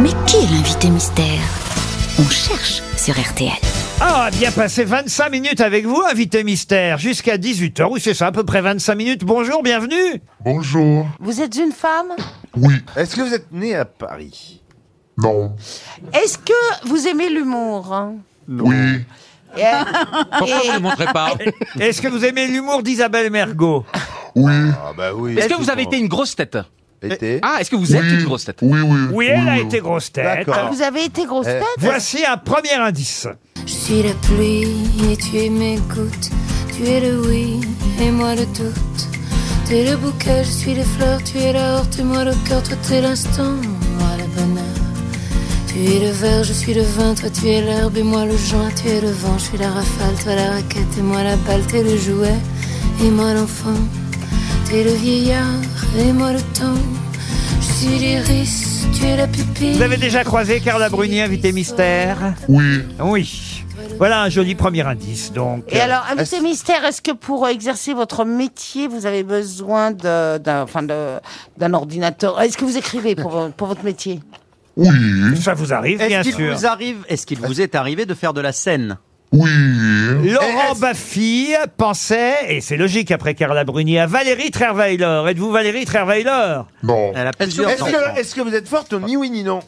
Mais qui est l'invité mystère On cherche sur RTL. Ah, bien passé 25 minutes avec vous, invité mystère, jusqu'à 18h, oui c'est ça, à peu près 25 minutes. Bonjour, bienvenue Bonjour. Vous êtes une femme Oui. Est-ce que vous êtes né à Paris Non. Est-ce que vous aimez l'humour hein Oui. Et- et- Est-ce que vous aimez l'humour d'Isabelle Mergot Oui. Ah bah oui. Est-ce que vous avez été une grosse tête Été Ah, est-ce que vous êtes oui. une grosse tête Oui, oui. Oui, elle a oui. été grosse tête. D'accord. Vous avez été grosse Eh. tête Voici un premier indice. Je suis la pluie et tu es mes gouttes. Tu es le oui et moi le doute. Tu es le bouquet, je suis les fleurs. Tu es la horte et moi le cœur. Toi tu es l'instant, moi le bonheur. Tu es le verre, je suis le vin. Toi tu es l'herbe et moi le joint. Tu es le vent, je suis la rafale. Toi la raquette et moi la balle. Tu es le jouet et moi l'enfant. Tu es le vieillard et moi le temps. Je suis l'iris, tu es la pupille. Vous avez déjà croisé Carla Bruni, invité mystère Oui. Oui. Voilà un joli premier indice, donc. Et alors, invité Est-ce- mystère, est-ce que pour exercer votre métier, vous avez besoin de- d'un enfin, de- d'un ordinateur Est-ce que vous écrivez pour, vo- pour votre métier Oui. Ça vous arrive, bien Est-ce qu'il sûr. vous arrive, est-ce qu'il vous est arrivé de faire de la scène Oui. Laurent Baffy pensait, et c'est logique après Carla Bruni, à Valérie Trerweiler. Êtes-vous Valérie Trerweiler Non. Elle a plusieurs Est-ce enfants. que, est-ce que vous êtes forte Ni oui ni non.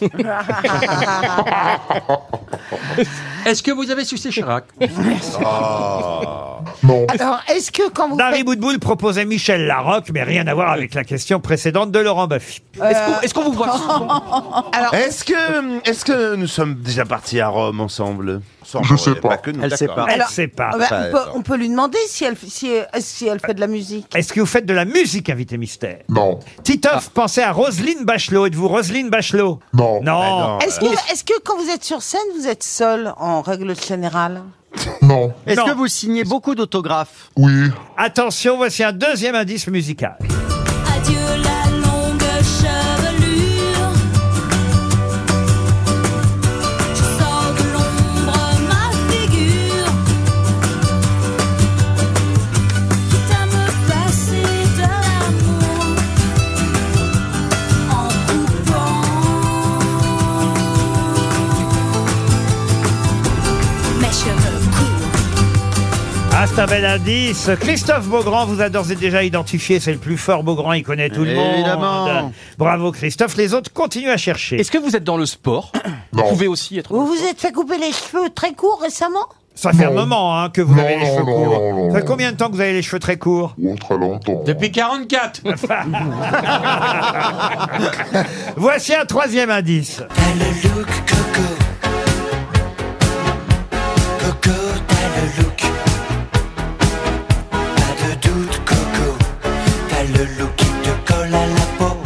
Est-ce que vous avez sucé Chirac Non. Alors, est-ce que quand vous Dari faites... Boudboul proposait Michel Larocque, mais rien à voir avec la question précédente de Laurent Baffy. Est-ce qu'on- est-ce qu'on vous voit souvent Est-ce que, est-ce que nous sommes déjà partis à Rome ensemble Ensemble, Je sais euh, pas. que nous, Elle sait d'accord. pas. Elle ne Alors- sait pas. Ah bah, Enfin, on, peut, non. on peut lui demander si elle, si, euh, si elle fait de la musique. Est-ce que vous faites de la musique, invité mystère Non. Titoff pensait à Roselyne Bachelot. Êtes-vous Roselyne Bachelot Ah. Non. Non. Mais Est-ce que, est que quand vous êtes sur scène, vous êtes seul en règle générale Non. Est-ce Non. que vous signez beaucoup d'autographes Oui. Attention, voici un deuxième indice musical. Adieu la longue chevelure. Je sors de l'ombre ma figure. Quitte à me passer de l'amour en coupant mes cheveux courts. Ah, c'est un bel indice. Christophe Beaugrand vous a d'ores et déjà identifié. C'est le plus fort Beaugrand. Il connaît tout le monde. Évidemment. Bravo, Christophe. Les autres continuent à chercher. Est-ce que vous êtes dans le sport Vous Non. pouvez aussi être. Vous vous êtes fait couper les cheveux très courts récemment Ça fait un Non. moment hein, que vous Non, avez les non, cheveux non, courts. non, non, ça fait non. combien de temps que vous avez les cheveux très courts Oh, très longtemps. 44 Voici un troisième indice. T'as le look coco Coco, t'as le look Pas de doute coco T'as le look qui te colle à la peau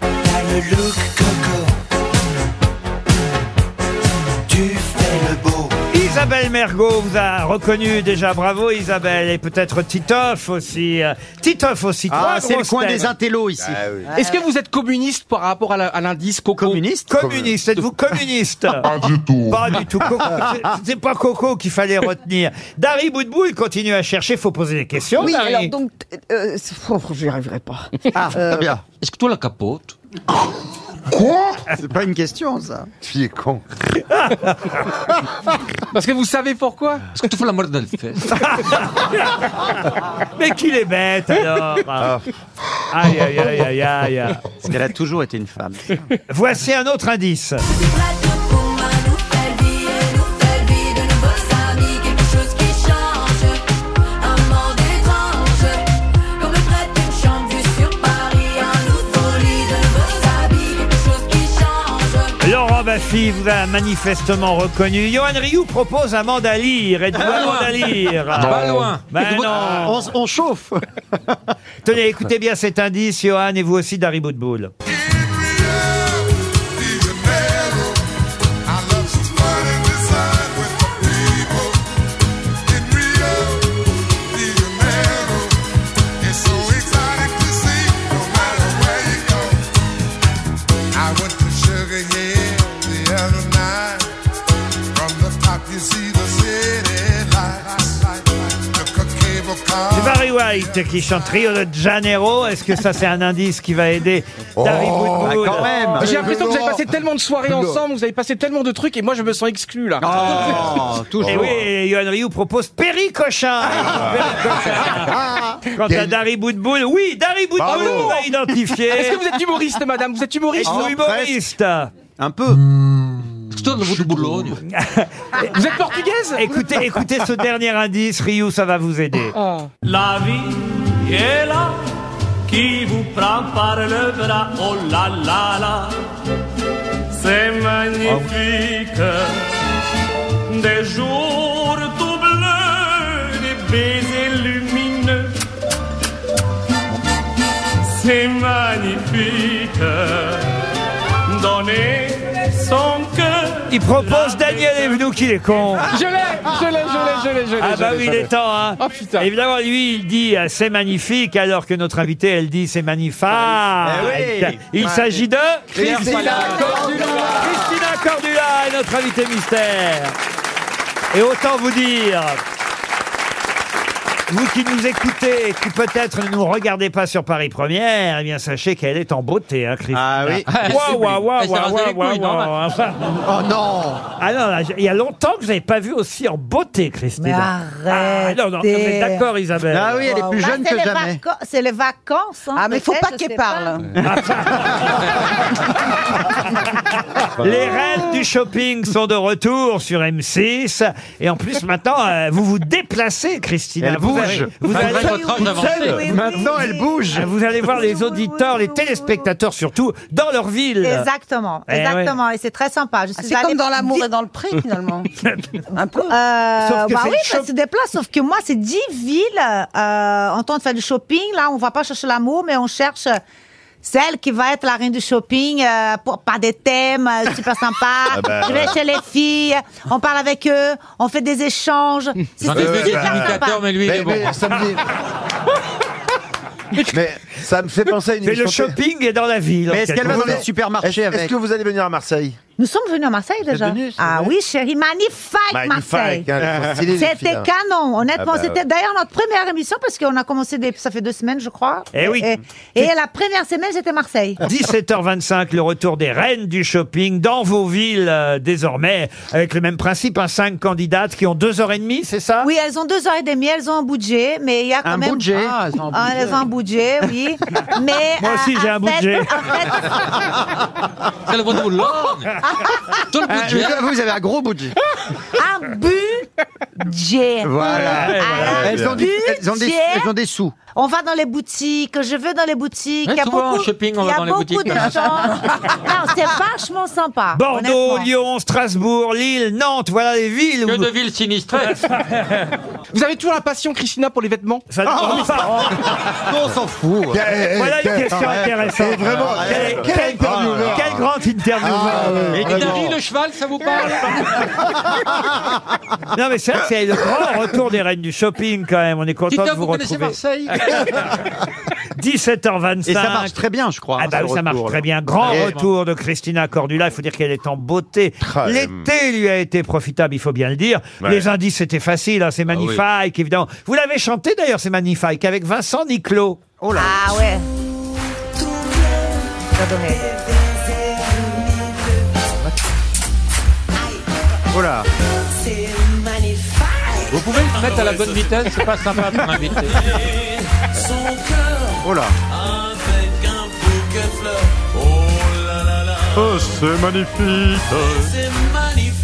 T'as le look coco Tu fais le beau Isabelle Mergot vous a reconnu déjà. Bravo Isabelle. Et peut-être Titoff aussi. Euh, Titoff aussi. Ah, Trois c'est le grosses coin têtes. des intellos ici. Ah oui. Est-ce que vous êtes communiste par rapport à la- à l'indice Coco Communiste Communiste. Êtes-vous communiste Pas du tout. Pas du tout. Coco. C'est- C'est pas Coco qu'il fallait retenir. Dari Boudboul continue à chercher. Faut poser des questions. Oui, Dari. alors donc, t- euh, c'est- oh, j'y arriverai pas. Ah, très bien. Est-ce que toi la capote Quoi C'est pas une question, ça. Tu es con. Parce que vous savez pourquoi Est-ce que tu fais la mort dans les fesses Mais qu'il est bête alors. Ah. Aïe aïe aïe aïe aïe. Parce qu'elle a toujours été une femme. Voici un autre indice. La Tokouma nous fait vivre, nous fait vivre de nouveaux amis, quelque chose qui change, un monde étrange. Comme le prête une chambre vue sur Paris, un nouveau lit, de nouveaux habits, quelque chose qui change. Laurent Baffy vous a manifestement reconnu. Johan Rioux propose Amanda Lear. Êtes-vous Ah. Amanda Lear Pas loin Ben non. On, s- on chauffe. Tenez, écoutez bien cet indice, Johan, et vous aussi, Dari Boudboul. You see the city lights, took a cable car. Barry White Artiste qui chante Rio de Janeiro. Est-ce que ça, c'est un indice qui va aider Dari ah, Oh, bah, Boudboul quand même. Mais J'ai l'impression que vous avez Laurent. passé tellement de soirées Laurent. ensemble, vous avez passé tellement de trucs, et moi je me sens exclu là. Ah. Oh, toujours. Et Eh oui, et Yoann Rioux propose Perry Cochin. Ah. Perry Cochin. Quant à Dari Boudboul, oui, Dari Boudboul Bravo. on va identifier. Est-ce que vous êtes humoriste, madame Vous êtes humoriste Êtes-vous humoriste. Un peu. de Boulogne. vous êtes portugaise Écoutez, écoutez ce dernier indice, Ryu, ça va vous aider. La vie est là qui vous prend par le bras. Oh là là là, c'est magnifique. Des jours tout bleus, des baisers lumineux. C'est magnifique. Donner son cœur. Il propose Daniel Evenou qui est con. Je l'ai, je l'ai, je l'ai, je l'ai, je l'ai. Ah bah oui, il est temps, hein. Oh, putain. Évidemment, lui, il dit euh, c'est magnifique, alors que notre invitée, elle dit c'est magnifique. Eh oui. Il Ouais. s'agit de Christina Cordula. Christina Cordula est notre invitée mystère. Et autant vous dire. Vous qui nous écoutez et qui peut-être ne nous regardez pas sur Paris Première, eh bien sachez qu'elle est en beauté, hein, Christina. Ah oui. Waouh, waouh, waouh, Elle s'est rasé les waouh, waouh, couilles, normal. waouh, waouh. Oh non. Ah non, là, j- il y a longtemps que vous n'avez pas vu aussi en beauté, Mais Christina. Ah, arrête. non, non, vous êtes d'accord, Isabelle. Ah oui, elle est plus Bah, jeune c'est que les jamais. vaca- C'est les vacances. hein, Ah, mais faut peut-être, pas je qu'elle sais parle. Les reines du shopping sont de retour sur M6. Et en plus, maintenant, euh, vous vous déplacez, Christina. Elle vous bouge. allez- vous pas. allez- Oui, oui, oui, oui, oui, oui, Maintenant, oui. elle bouge. Ah, vous allez voir les auditeurs, les téléspectateurs surtout, dans leur ville. Exactement, Eh exactement, et c'est très sympa. Je suis Ah, C'est allée- comme dans l'amour Di- et dans le pré, finalement. Un peu. Euh, Sauf que bah c'est oui, le shop- ça se déplace, sauf que moi, c'est 10 villes. euh, en temps de faire du shopping, là, on va pas chercher l'amour, mais on cherche euh, celle qui va être la reine du shopping euh, pour, par des thèmes euh, super sympas. bah, Je vais ouais. chez les filles, on parle avec eux, on fait des échanges. C'est J'en ai super vu des sympa. imitateurs, Euh, bah. mais lui il Mais, est bon. mais ça me dit- Mais ça me fait penser à une C'est le émission- shopping et dans la ville. Mais est-ce en qu'elle quelque va dans les sorte. Est-ce supermarchés est-ce avec que vous allez venir à Marseille Nous sommes venus à Marseille déjà. venus, c'est ah vrai. oui, chérie, magnifique Marseille. Magnifique, hein, les filles, les filles, C'était hein. canon, honnêtement. Ah bah c'était ouais. d'ailleurs notre première émission parce qu'on a commencé des- ça fait deux semaines, je crois. Eh oui. Et, et la première semaine, j'étais à Marseille. 17h25, le retour des reines du shopping dans vos villes euh, désormais, avec le même principe, hein, cinq candidates qui ont deux heures et demie, c'est ça Oui, elles ont deux heures et demie, elles ont un budget, mais il y a quand un même. budget Ah, elles ont un budget, oui. Mais Moi aussi, j'ai en un fait- budget. en fait, C'est le bon de Boulogne. Tout le Ah, budget. Vous avez un gros budget. un budget. Ah, Voilà. Alors, Elles Eh, ont, des, elles ont des- budget. elles ont des sous. On va dans les boutiques, je veux dans les boutiques. Ouais, Il y a souvent, beaucoup, en shopping, on il y va a dans les beaucoup boutiques. de gens. non, c'est vachement sympa. Bordeaux, honnêtement. Lyon, Strasbourg, Lille, Nantes, voilà les villes Que où... de villes sinistrées. Vous avez toujours la passion, Christina, pour les vêtements Ça ne Ah, prend pas. On s'en fout. Eh, eh, Voilà une quel- question arrête. intéressante. Eh, vraiment, Quel- quel- quel- quel intervieweur. Quel grand intervieweur. Ah, ouais, Et vraiment. Guidari, le cheval, ça vous parle Non, mais c'est vrai que c'est le grand retour des reines du shopping quand même. On est content de Tito, vous vous connaissez retrouver. Marseille 17h25. Et ça marche très bien, je crois. Ah hein, bah ce oui, ça marche retour, très là. bien. Grand Et- retour de Christina Cordula. Il faut dire qu'elle est en beauté. Ah, L'été lui a été profitable, il faut bien le dire. Ouais. Les indices c'était facile. hein, c'est Ah magnifique, évidemment. Vous l'avez chanté d'ailleurs, c'est magnifique, avec Vincent Niclot. Oh là. Ah ouais. J'adorais. Oh là. Vous pouvez le mettre à la bonne vitesse, c'est pas sympa pour l'invité. Son cœur Oh là. avec un bouquet de fleurs. Oh là là là, c'est magnifique. c'est magnifique.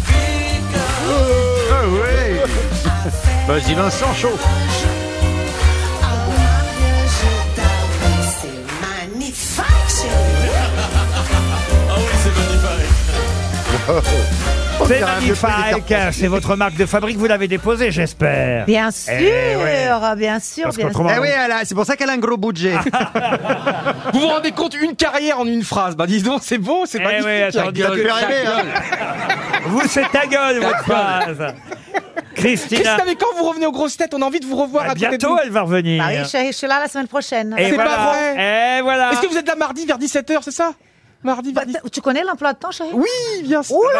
Vas-y, Vincent, chaud. Ah oui, c'est magnifique. C'est dirait un vieux magnifique. Pélican. C'est votre marque de fabrique. Vous l'avez déposée, j'espère. Bien sûr, Eh ouais. bien sûr, Parce bien sûr. qu'autrement- Eh oui, elle a- c'est pour ça qu'elle a un gros budget. Vous vous rendez compte une carrière en une phrase Bah dis donc, c'est beau, c'est Eh magnifique. ouais, attends, Ta dis donc, gueule, tu vas ta arriver, hein. gueule. Vous, c'est ta gueule, votre phrase. Christina. Christina, mais quand vous revenez aux grosses têtes, on a envie de vous revoir Bah, à côté de bientôt, nous. elle va revenir. Bah oui, je, je suis là la semaine prochaine. Et C'est pas voilà. vrai. Et voilà. Est-ce que vous êtes là mardi vers Oh 17h, c'est ça Mardi, Bah, Bah, Tu connais l'emploi de temps, chérie Oui, bien sûr. Ouh là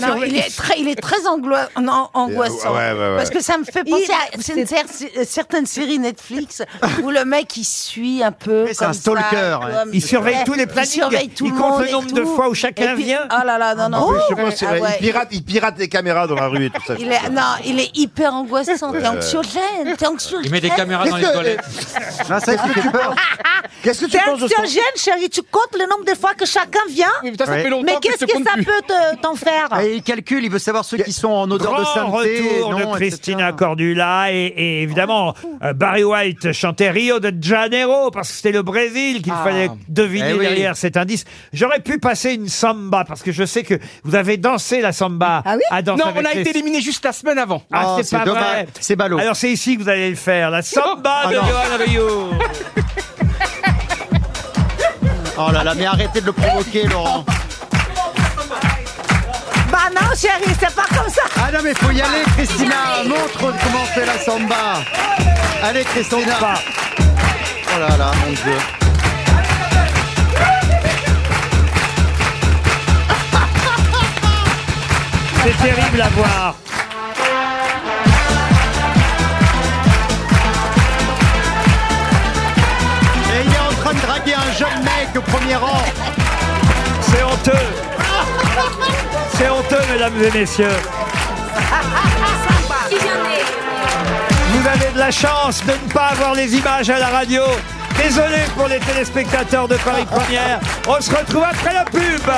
là Il, il, est très, il est très anglo- an- an- angoissant. Ouais, ouais, ouais, ouais. Parce que ça me fait penser à c'est une cer- certaines séries Netflix où le mec il suit un peu. c'est un comme ça, stalker, ouais. comme- Il surveille Ouais, tous les plannings, Il surveille tout il le compte monde le et nombre de tout. fois où chacun Et puis- vient. Oh là là, non, non. En plus, je pense qu'il Ah ouais. il pirate, il pirate des caméras dans la rue et tout ça. je Il est, pense. non, il est hyper angoissant. T'es Ouais. anxiogène. T'es anxiogène. Il met des caméras dans les Qu'est-ce que- toilettes. Qu'est-ce que tu penses de chérie, tu comptes le nombre de fois que chacun vient. Mais putain, ça fait longtemps Mais que je te qu'est-ce que compte ça plus. peut te- t'en faire Et il calcule, il veut savoir ceux qui sont en odeur de Grand sainteté. retour non, de Christina Cordula et, et évidemment euh, Barry White chantait Rio de Janeiro parce que c'était le Brésil qu'il fallait deviner Eh oui. derrière cet indice. J'aurais pu passer une samba parce que je sais que vous avez dansé la samba à danser Non, avec on a les- été éliminé juste la semaine avant. Ah, c'est pas vrai. Oh, C'est ballot. Alors c'est ici que vous allez le faire, la samba Ah de non. Johan Rio. Oh là là, mais arrêtez de le provoquer, Laurent. Bah non, chérie, c'est pas comme ça. Ah non, mais faut y aller, Christina. Montre comment on fait la samba. Allez, Christina. Oh là là, mon Dieu. C'est terrible à voir. Et il est en train de draguer un jeune mec au premier rang. C'est honteux. C'est honteux, mesdames et messieurs. Vous avez de la chance de ne pas avoir les images à la radio. Désolé pour les téléspectateurs de Paris Première. On se retrouve après la pub.